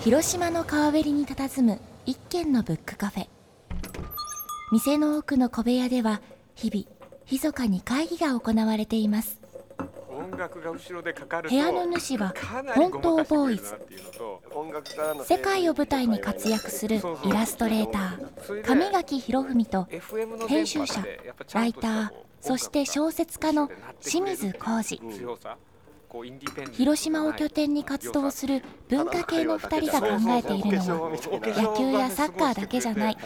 広島の川べりに佇む一軒のブックカフェ店の奥の小部屋では日々密かに会議が行われています音楽が後ろでかかる部と屋の主はかなり本ご当まかボーしイてくれるなズっていうのと音楽家の世界を舞台に活躍するイラストレータそれーで上垣博文と FM の編集者ライターそして小説家の清水浩二二広島を拠点に活動する文化系の2人が考えているのは野球やサッカーだけじゃない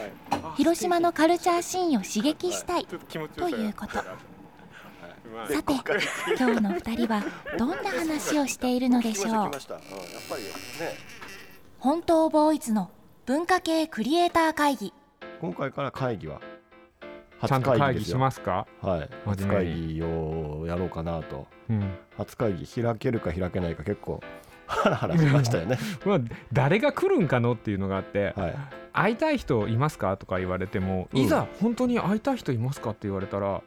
広島のカルチャーシーンを刺激したいということさて今日の2人はどんな話をしているのでしょう来ました来ました、うん、やっぱりね本当ボーイズの文化系クリエイター会議今回から会議はちゃん初と会会議で議すしよますか、はい初真面目に会議をやろうかなとうん、初会議開けるか開けないか結構 ハラハラしましたよねまあ誰が来るんかのっていうのがあって、はい会いたい人いますかとか言われても、うんいざ本当に会いたい人いますかって言われたら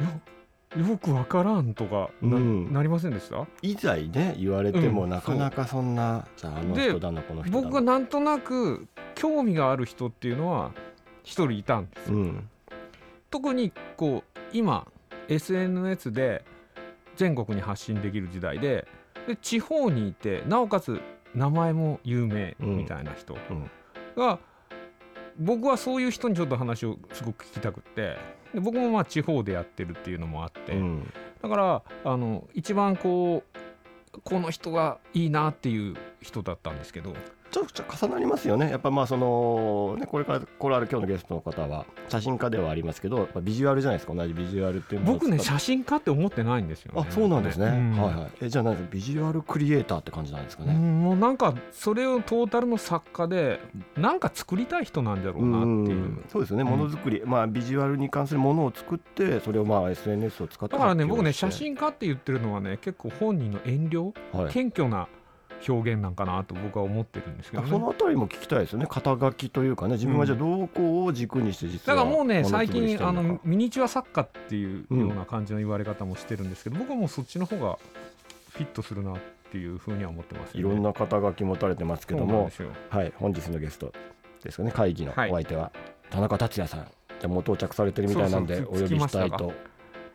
いやよくわからんとかな,、うんなりませんでした以在ね言われてもうんなかなかそんな、さああので人だなこの人だな僕がなんとなく興味がある人っていうのは一人いたんですよ、うん特にこう今 SNS で全国に発信できる時代でで地方にいてなおかつ名前も有名みたいな人うんが、僕はそういう人にちょっと話をすごく聞きたくってで僕もまあ地方でやってるっていうのもあって、うんだからあの一番こうこの人がいいなっていう人だったんですけど、ちょっと重なりますよねやっぱまあその、ね、これからこれある今日のゲストの方は写真家ではありますけどやっぱビジュアルじゃないですか同じビジュアルっていうものを僕ね使写っ真家って思ってないんですよね。あそうなんですね、うんはいはいえじゃあ何ですかビジュアルクリエイターって感じなんですかうね、んもうなんかそれをトータルの作家でなんか作りたい人なんだろうなっていう、んそうですよねうんものづくり、まあ、ビジュアルに関するものを作ってそれをまあ SNS を使ってだからね発僕表ねして写、真家って言ってるのはね結構本人の遠慮、はい謙虚な表現なんかなと僕は思ってるんですけどねそのあたりも聞きたいですよね肩書きというかね自分はじゃあどこを軸にして実だはからもうねものづ最くりして近るあかのミニチュア作家っていううんような感じの言われ方もしてるんですけど、僕はもうそっちの方がフィットするなっていうふうには思ってますいよねろんな肩書き持たれてますけどそうなんもですよはい本日のゲストですかね会議のおはい相手は田中達也さん、じゃあもう到着されてるみたいなんでそうおそう呼びしたい着きと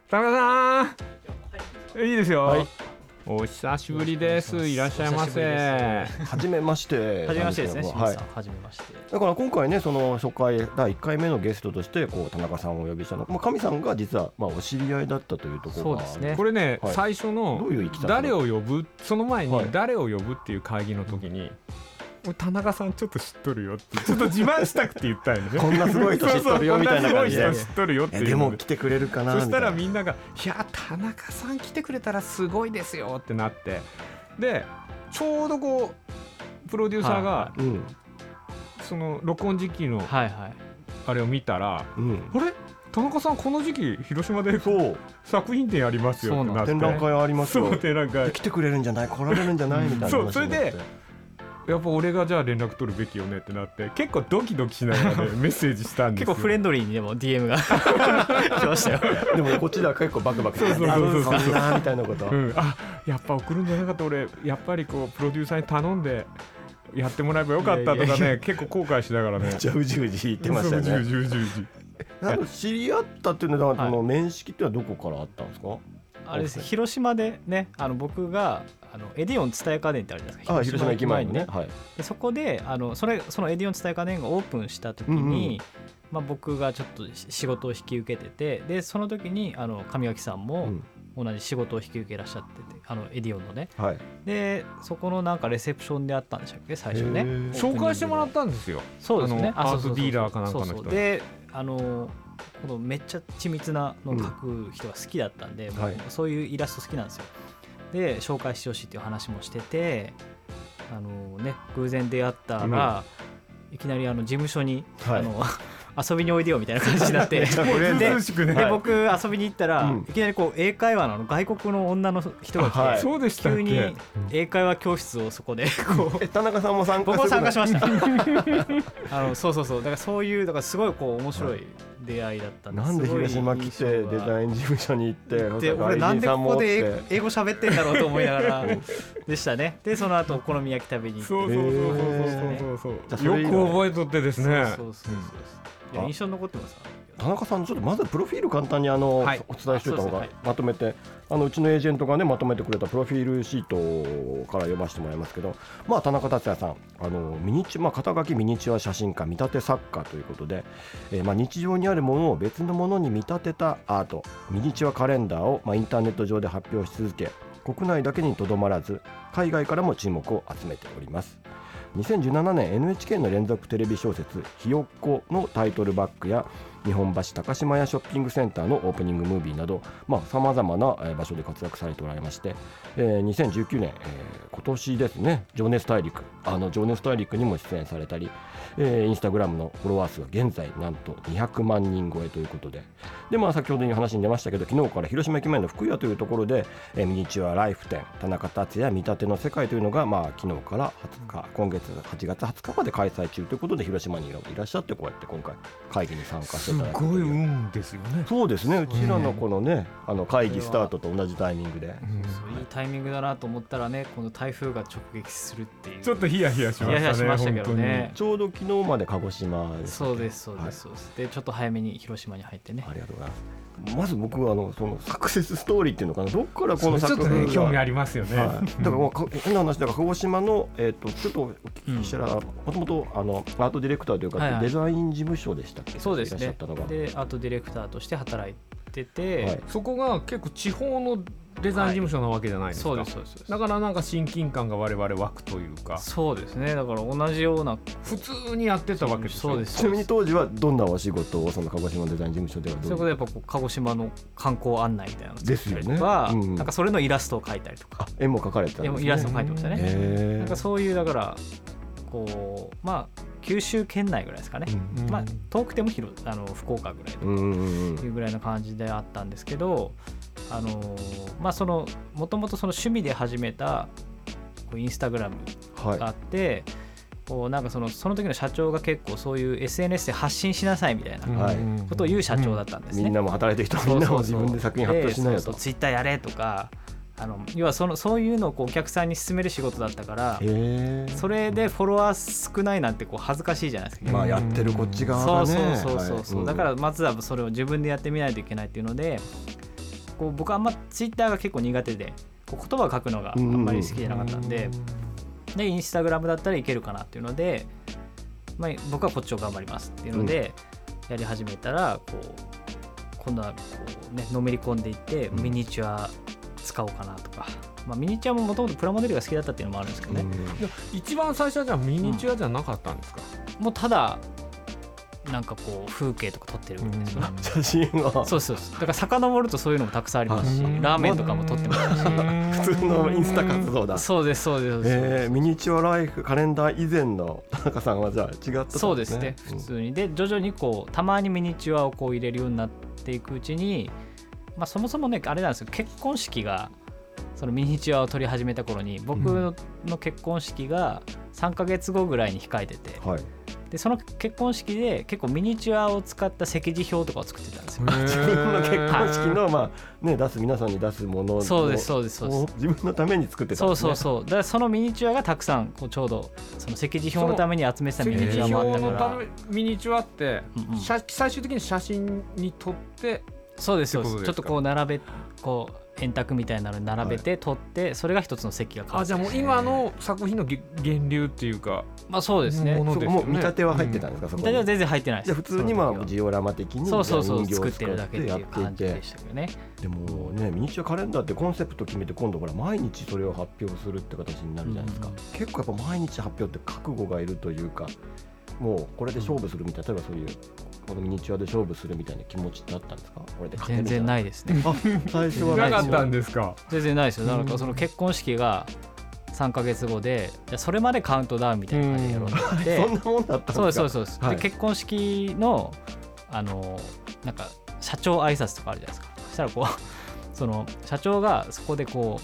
田中さんいいですよ、はいお久しぶりですいらっしゃいませ初めましてはじめましてですね、清 は水いさん。はじめまして。だから今回ねその初回第1回目のゲストとしてこう田中さんをお呼びしたの、まあ、神さんが実はまあお知り合いだったというところがそうですねこれね、はい最初どのういういきさつ誰を呼ぶその前はいに誰を呼ぶっていう会議の時に、俺田中さんちょっと知っとるよってちょっと自慢したくて言ったんよね こんなすごい人知っとるよみたいな感じ でそうそうこんなすごい人知っとるよってえいうでのもで来てくれるかなそしたらみみんなが「いや田中さん来てくれたらすごいですよ」ってなってでちょうどこうプロデューサーはがたいなうんその録音時期のはいはい。あれを見たら「うんあれ田中さんこの時期広島でそう作品展やりますよ」ってなって展覧会ありますそよう展覧会来てくれるんじゃない来られるんじゃないみたいな話になそってうそれでやっぱ俺がじゃあ連絡取るべきよねってなって結構ドキドキしなが らねメッセージしたんです結よ構フレンドリーにでも DM が 来まし たよ。でもこっちでは結構バクバクそうそうそうそうあそんなみたいなことうん、あやっぱ送るんじゃなかった俺やっぱりこうプロデューサーに頼んでやってもらえばよかったといやかいやいね 結構後悔しながらねじゃあうじうじ言ってましたよそううねじうじうじうじあの知り合ったっていうのはだからその面識っていうのはどこからあったんですか、あれです、広島でね、あの僕があのエディオン蔦屋家電ってあるじゃないですか。あ広島駅前にね。はいでそこであのそれそのエディオン蔦屋家電がオープンした時に、うんうんまあ僕がちょっとし仕事を引き受けてて、でその時にあの上脇さんうもん同じ仕事を引き受けらっしゃってて、あのエディオンのね。はいでそこのなんかレセプションであったんでしたっけ最初ねへ。ー紹介してもらったんですよそうですね。あのあそうそうそうアートディーラーかなんかの人そうそうで、あのこのめっちゃ緻密なのを描く人が好きだったんで、んはい僕そういうイラスト好きなんですよ。で紹介してほしいっていう話もしてて、あのね偶然出会ったが、いきなりあの事務所に、はいあの 遊びにおいでよみたいな感じ になって。で涼しくね、で僕遊びに行ったら、うんいきなりこう英会話のあの外国の女の人が来て、はいそうでしたっ急けに英会話教室をそこでこうえ田中さんも参加僕も参加しまましたあのそうそうそうだからそういうだからすごいこう面白い出会いだったんなんですごい広島来てデザイン事務所に行ってそしでたら俺なんでここ外人さんでも英語喋ってんだろうと思いな がらでしたねでその後お好み焼き食べに行ってそうそうそうそうそうじゃそうあそれ以よ外く覚えとってですねそうそうそうそういやあ印象に残ってます田中さん、ちょっとまずプロフィール簡単にあの、はいお伝えしておいた方あそうがですまとめて、あのうちのエージェントがねまとめてくれたプロフィールシートから読ませてもらいますけど、まあ田中達也さん、あのミニチュまあ肩書きミニチュア写真家、見立て作家ということで、えーまあ日常にあるものを別のものに見立てたアート、ミニチュアカレンダーをまあインターネット上で発表し続け、国内だけにとどまらず海外からも注目を集めております。2017年 NHK の連続テレビ小説「ひよっこ」のタイトルバックや日本橋高島屋ショッピングセンターのオープニングムービーなどさまざ、まなえー場所で活躍されておられまして、えー2019年、えー今年ですね「情熱大陸」あの「情熱大陸」にも出演されたり、えーインスタグラムのフォロワー数が現在なんと200万人超えということでで、まあ、先ほどに話に出ましたけど昨日から広島駅前の福屋というところで、えーミニチュアライフ展田中達也見立ての世界というのが、まあ、昨日から20日今月8月20日まで開催中ということで広島にいらっしゃってこうやって今回会議に参加してすいただいてごい運ですよねそうですね、うちらのこのね、あの会これ議はスタートと同じタイミングで。そういいタイミングだなと思ったらねこの台風が直撃するっていうちょっとヒヤヒヤしましたねヒヤヒヤしましたけどねちょうど昨日まで鹿児島でしたっそけうですそうです、そうですでちょっと早めに広島に入ってねありがとうございます。まず僕はあのそのサクセスストーリーっていうのかな、どっから本こ当のにそれちょっと作ね品興味あが。りますよね、はい、だからもうか変な話だから鹿児島の、えっとちょっとお聞きしたら、もともとあのアートディレクターというか、はいはいデザイン事務所でしたっけそうですいらっねしゃったのがでアートディレクターとして働いてて、はいそこが結構地方のデザイン事務所なわけじゃないですか、そうですそうですそうですだからなんか親近感が我々湧くというかそうですねだから同じような普通にやってたわけですよそうですちなみに当時はどんなお仕事をその鹿児島デザイン事務所ではどそうういうこというでやっぱこう鹿児島の観光案内みたいなのを作ったりですよねとか、うんなんかそれのイラストを描いたりとか、絵も描かれてたんでです、もね、イラストも描いてましたね、へーなんかそういうだからこうまあ九州圏内ぐらいですかね、うんまあ遠くても広あの福岡ぐらいうんうんうんいうぐらいの感じであったんですけどあのーまあそのもともとその趣味で始めたこうインスタグラムはいがあって、こうなんかそのその時の社長が結構そういう SNS で発信しなさいみたいなはいことを言う社長だっったんですね。みんなも働いてる人はみそんうなそも自うそう分で作品発表しないよそとうそう。ツイッターやれとかあの要はそのそういうのをこうお客さんに勧める仕事だったからへーそれでフォロワー少ないなんてこう恥ずかしいじゃないですか、まあやってるこっちそ側がうそうね。そうそうそう、はいだからまずはそれを自分でやってみないといけないっていうのでこう僕はあんまツイッターが結構苦手でこう言葉を書くのがあんまり好きじゃなかったんで、でインスタグラムだったらいけるかなっていうので、まあ、僕はこっちを頑張りますっていうので、やり始めたらこう今度はこうねのめり込んでいってうんミニチュア使おうかなとか、まあ、ミニチュアももともとプラモデルが好きだったっていうのもあるんですけどね、一番最初はじゃあミニチュアじゃなかったんですか、もうただなんかこう風景とか撮ってるみたいですよね、写真は そうそうそうだから遡るとそういうのもたくさんありますしうんラーメンとかも撮ってますし 普通のインスタ活動だ。そうですそうですそうです、えーミニチュアライフカレンダー以前の田中さんはじゃあ違ったとそうですね普通にで徐々にこうたまにミニチュアをこう入れるようになっていくうちに、まあ、そもそもねあれなんですよ結婚式がそのミニチュアを撮り始めた頃に僕のの結婚式が3ヶ月後ぐらいに控えててうんはい。 でその結婚式で結構ミニチュアを使った席次表とかを作ってたんですよ、自分の結婚式のまあね出す皆さんに出すものを そうですそうですそうですを自分のために作ってたんそでうすそね。うそうだからそのミニチュアがたくさんこうちょうどその席次表のために集めてたミニチュアもあった表のかたらめミニチュアって、うんうん写最終的に写真に撮ってそうですそってことうですですかちょっとこう並べこう円卓みたいなのに並べて取って、それが一つの席が変わあっじてゃあもう今の作品のげ源流っていうかまあそうですねものそですこよねもう見立ては入ってたんですかそこイに。タリアは全然入ってないですじゃあ普通にまそあの時はジオラマ的にそうそうそう人形を作使ってるだけってやいっうてい感じてでしたけどねでもねミニチュアカレンダーってコンセプト決めて今度ほら毎日それを発表するって形になるじゃないですか、うん結構やっぱ毎日発表って覚悟がいるというかもうこれで勝負するみたいな例えばそういうこのミニチュアで勝負するみたいな気持ちってあったんですかこれで勝て全る然ないいですねあ最初はなかったんでですか全然ないですようんなんかその結婚式が3か月後でじゃあそれまでカウントダウンみたいな感じでやろうと思って、 そんなもんだったんですかそうですそうですそうです、はいで結婚式のあのなんか 社長挨拶とかあるじゃないですかそしたらこうその社長がそこでこ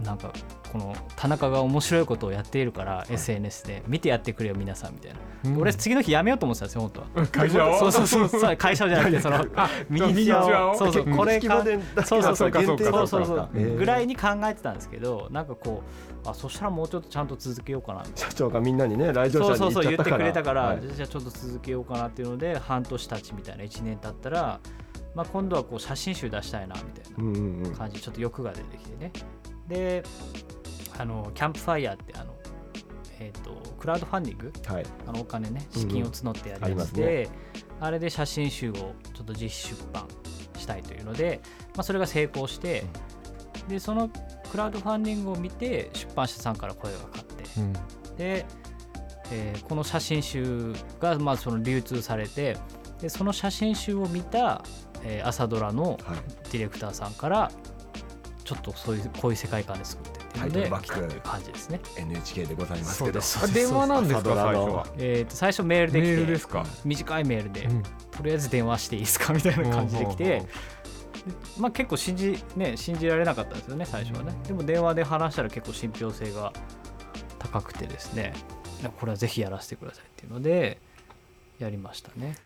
うなんかこの田中が面白いことをやっているから SNS で見てやってくれよ皆さんみたいな、俺次の日やめようと思ってたんですよ本当は会社を そうそうそうそう会社じゃなくてそのミニチュアをそうそうこれ隙か間でだけそうだそうったそら限う定だそうったそうそのうかえーぐらいに考えてたんですけどなんかこうあそしたらもうちょっとちゃんと続けようかなみたいな社長がみんなにね来場そう者そうにそ言うっちゃっから言ったてくれたから、はいじゃあちょっと続けようかなっていうので半年経ちみたいな1年経ったら、まあ、今度はこう写真集出したいなみたいうんうんうんな感じちょっと欲が出てきてねであのキャンプファイヤーってあの、えー、とクラウドファンディングはいあのお金ねうんうん資金を募ってやりありまましすて、ねあれで写真集をちょっと実施出版したいというので、まあ、それが成功して、でそのクラウドファンディングを見て出版社さんから声がかかって、うんで、えーこの写真集がまあその流通されてでその写真集を見た、えー朝ドラはのいディレクターさんからちょっとそういうこういう世界観で作ってっていうタイのトルでバキ君っていう感じですね、 NHK でございますそけうどです電話なんですか朝ドラ最の初はえー、と最初メールメでール来でてすか短いメールで、とりあえず電話していいですかみたいな感じで来て、まあ、結構信じ,、ね、信じられなかったんですよね最初はねでも電話で話したら結構信憑性が高くてですねいやこれはぜひやらせてくださいっていうのでやりましたね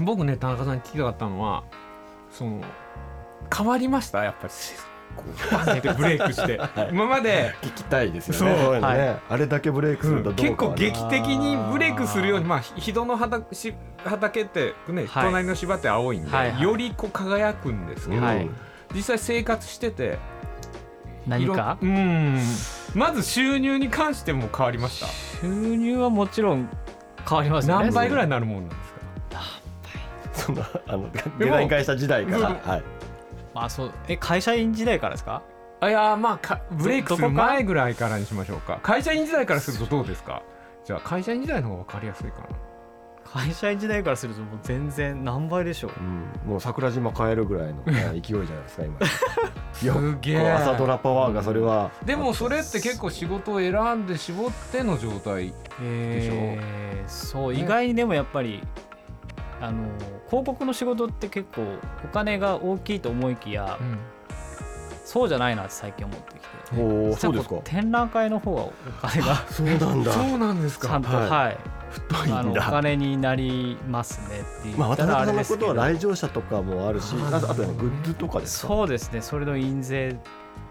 僕ね田中さんに聞きたかったのはその変わりましたやっぱりこう バンってブレイクして今まで聞きたいですよねそうこいうのねはあれだけブレイクするとどう結か構はね劇的にブレイクするようにまあひ人の畑し畑ってね、はい隣の芝って青いんで、はいはいよりこう輝くんですけど、はい実際生活しててい何ろんかうんまず収入に関しても変わりました収入はもちろん変わりますよね何倍ぐらいになるもんなんですかそのあ のデザイン会社時代からはいまあ、そうえ会社員時代からですかあいやーまあかブレイクすどるこか前ぐらいからにしましょうか会社員時代からするとどうですかじゃあ会社員時代の方が分かりやすいかな会社員時代からするともう全然何倍でしょううんもう桜島変えるぐらいのね勢いじゃないですか今よすげこうえ朝ドラパワーがそれはでもそれって結構仕事を選んで絞っての状態えーそうね意外にでもやっぱりあの広告の仕事って結構お金が大きいと思いきや、そうじゃないなって最近思ってきておおそうですか実はこう展覧会の方はお金 がそうなんだそうなんですちゃかんとは、はいい太いあのんおだ金になりますねっていうまあ渡辺さんのことはあれ来場者とかもあるしあーあとあとねグッズとかですかそうですねそれの印税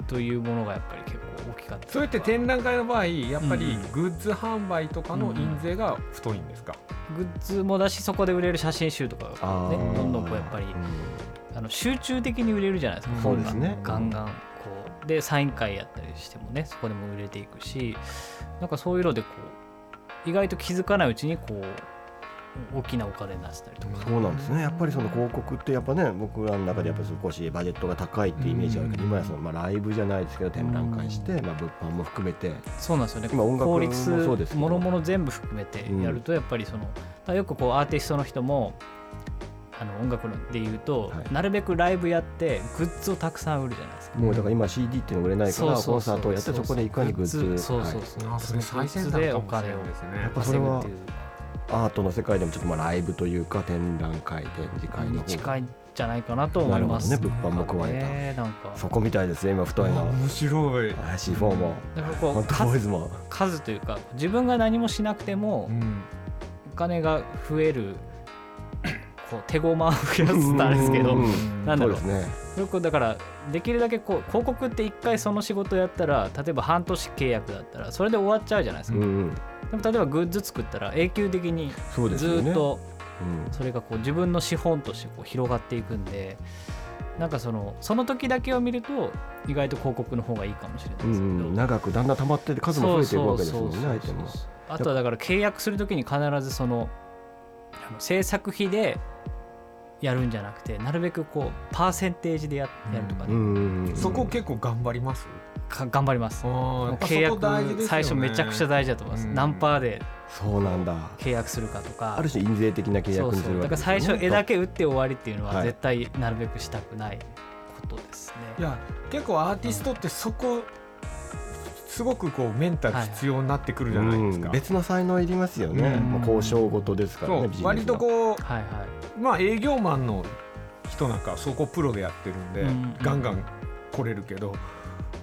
というものがやっぱり結構大きかったそうやって展覧会の場合やっぱうんりうんグッズ販売とかの印税が太いんですか、グッズもだしそこで売れる写真集とかあが、ねー、どんどんこうやっぱりうんあの集中的に売れるじゃないですか、そう本でがすねガンガンこうでサイン会やったりしてもねそこでも売れていくしなんかそういうのでこう意外と気づかないうちにこう大きなお金になってたりとか、そうなんですねやっぱりその広告ってやっぱね僕らの中でやっぱ少しバジェットが高いってイメージあるけどうん今やそのまあライブじゃないですけど展覧会してまあ物販も含めてそうなんですよね今音楽も効率そうですけどもろもろ全部含めてやるとやっぱりその、だからよくこうアーティストの人もあの音楽で言うと、はいなるべくライブやってグッズをたくさん売るじゃないですか。もうだから今 CD っていうの売れないかそうらそうそうコンサートをやってそこでいかにグッズそうそうはいそう、あそれ最先端グッズでかおもしれ金なをいですやねっぱそれ稼ぐっはていうアートの世界でもちょっとまあライブというか展覧会展示会のに方が近いんじゃないかなと思います。なるほどね物販も加えたえた。なんか、そこみたいですね今太いの面白い、 C4 もだからこホうン トボーイ数ズも数というか、自分が何もしなくてもうん、お金が増える、 こう手駒を増やすなんですけうどん、なんだそうろでうす。ねよくだからできるだけこう広告って一回その仕事やったら、例えば半年契約だったらそれで終わっちゃうじゃないですうんか。うんでも例えばグッズ作ったら永久的にそうですずよねーっとうんそれがこう自分の資本としてこう広がっていくんでなんかそのその時だけを見ると意外と広告の方がいいかもしれないでうすけど、んうん長くだんだん溜まってて数も増えていくわけですもんねアイテムもあとはだから契約する時に必ずそのあの制作費でやるんじゃなくてなるべくこうパーセンテージでややるとかうね、んうんうんそこ結構頑張りますか頑張りますあ契約最初めちゃくちゃ大事だと思います、うん何パーでそうなんだ契約するかとかある種印税的な契そう約にすそうるだわけでからすよ最ね初絵だけ打って終わりっていうのははい絶対なるべくしたくないことですね、いや結構アーティストってそこ、すごくこうメンタル必要になってくるじゃないですか、うん別の才能いりますよねうんもう交渉事ですからねビジそネスうは割とこはいはい、うまあ営業マンの人なんかそこプロでやってるんで、うんガンガン来れるけど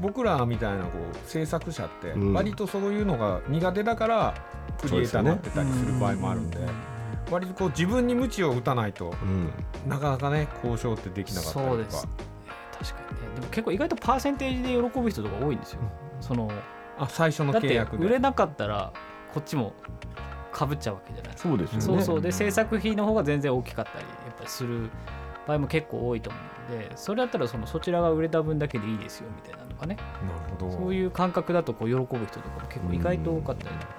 僕らみたいなこう制作者ってうん割とそういうのが苦手だからクリエイターになってたりする場合もあるんでう割とこう自分に鞭を打たないとうんなかなかね交渉ってできなかったそうりでとかす確かにねでも結構意外とパーセンテージで喜ぶ人とか多いんですよそのあ最初のだっ契て約売でれなかったらこっちもかぶっちゃうわけじゃないですかそうですよねそうそうで制作費の方が全然大きかったりやっぱりする場合も結構多いと思うのでそれだったらそのそちらが売れた分だけでいいですよみたいなのがねなるほどそういう感覚だとこう喜ぶ人とかも結構意外と多かったりとか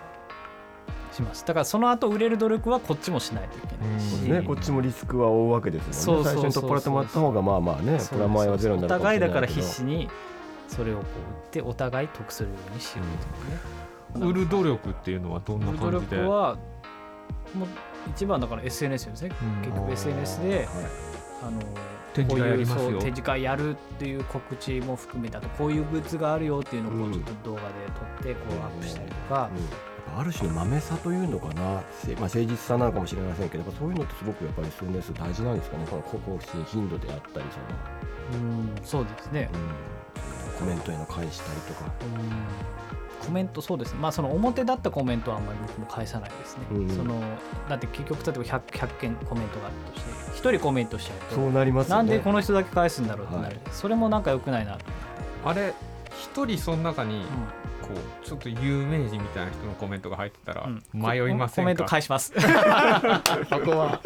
しますだからその後売れる努力はこっちもしないといけないうんし、ね、こっちもリスクは負うわけですもんね。そ最うそう初そうに取っ払ってもらった方がまあまあね、プラマイはゼロになるかおもし互れいないだけからど必死にそれをこう売ってお互い得するようにしようとかね、売る努力っていうのはどんな努感じで力はもう一番だから SNS ですね、うん結局 SNS であの展示会やりますよこういうそう展示会やるっていう告知も含めたとこういうグッズがあるよっていうのをこううんちょっと動画で撮ってこうアップしたりとか、うんやっぱある種のまめさというのかな、せまあ、誠実さなのかもしれませんけど、やっぱそういうのってすごくやっぱり SNS 大事なんですかね、この更新頻度であったりうんそうですねそ、の、うん、コメントへの返したりとか、コメントそうですねまあその表立ったコメントはあんまり僕も返さないですね、うんそのだって結局例えば 100, 100件コメントがあるとして1人コメントしちゃうとそうなりますよね。なんでこの人だけ返すんだろうってなる、はそれもなんか良くないなと、あれ一人その中にうんこうちょっと有名人みたいな人のコメントが入ってたらうん迷いませんか、コメント返します ここ は、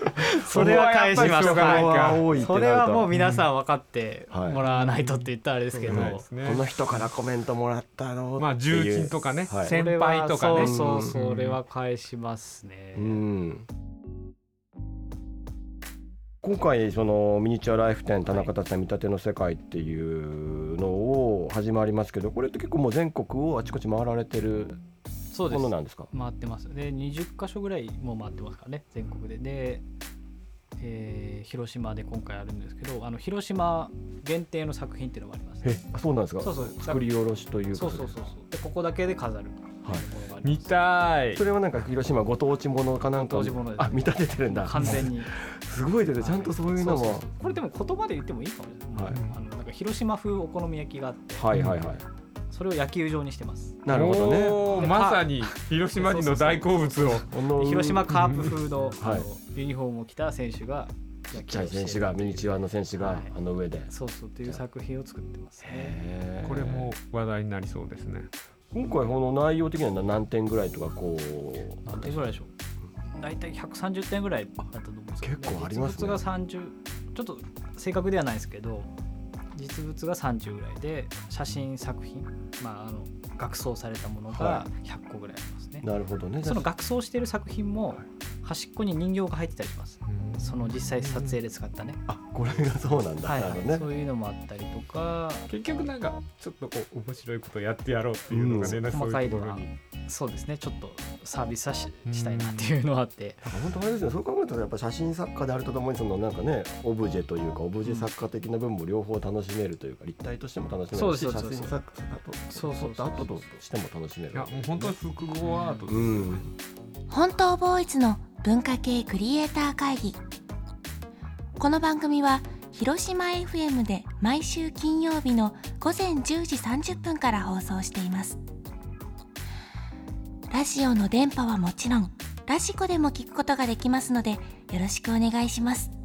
それは返しやまっぱりすしょうがないはか多いいってなそるとれはもう皆さん分かってうんはいもらわないとって言ったらあれですけど、うんはいそうですねこの人からコメントもらったのまあってい重う鎮とかねはい先輩とかねそれはそううそうんそれは返しますね、うん今回そのミニチュアライフ展田中達也見立ての世界っていうのを始まりますけどこれって結構もう全国をあちこち回られてるそうでもすのなんですか回ってますで20箇所ぐらいもう回ってますからね全国でで、えー広島で今回あるんですけどあの広島限定の作品っていうのもありますえあそうなんですかそうそう作り下ろしというそことうそうでそうそうでここだけで飾るもはいのがあり見ます、たいそれはなんか広島ご当地ものかなんかをご当地ものですあ見立ててるんだ完全にすごいですね ちゃんとそういうのそもそそうこれでも言葉で言ってもいいかもしれない、はいあのなんか広島風お好み焼きがあってはいはいはいそれを野球場にしてますなるほどねおーまさに広島人の大好物をこの広島カープ風の,、あはいのユニフォームを着た選手が野ちっちゃい選手がミニチュュアの選手はがいあの上でそうそうという作品を作ってますねへーこれも話題になりそうですね今回この内容的には何点ぐらいとかこう何点ぐらいでしょう大体130点ぐらいだったと思うんですけど結構ありますね実物が30ちょっと正確ではないですけど実物が30ぐらいで写真作品、まあ、あの額装されたものがは100個ぐらいありますね、なるほどねその額装している作品も端っこに人形が入ってたりしますその実際撮影で使ったね、あこれがそうなんだ、はいなはるいほどねそういうのもあったりとか結局なんかちょっとこう面白いことやってやろうっていうのがね、うなんかそう細かいいうとのころがにそうですねちょっとサービスはしうんしたいなっていうのはあって、本当あれですねそう考えたらやっぱ写真作家であるとともにそのなんかねオブジェというかオブジェ作家的な部分も両方楽しめるというか立体としても楽しめそうるですしそう写です真作家とそうそう撮った後としても楽しめるいやもう本当に複合アートですうよね、ん本当ボーイズの文化系クリエイター会議この番組は広島 FM で毎週金曜日の午前10時30分から放送していますラジオの電波はもちろんラジコでも聞くことができますのでよろしくお願いします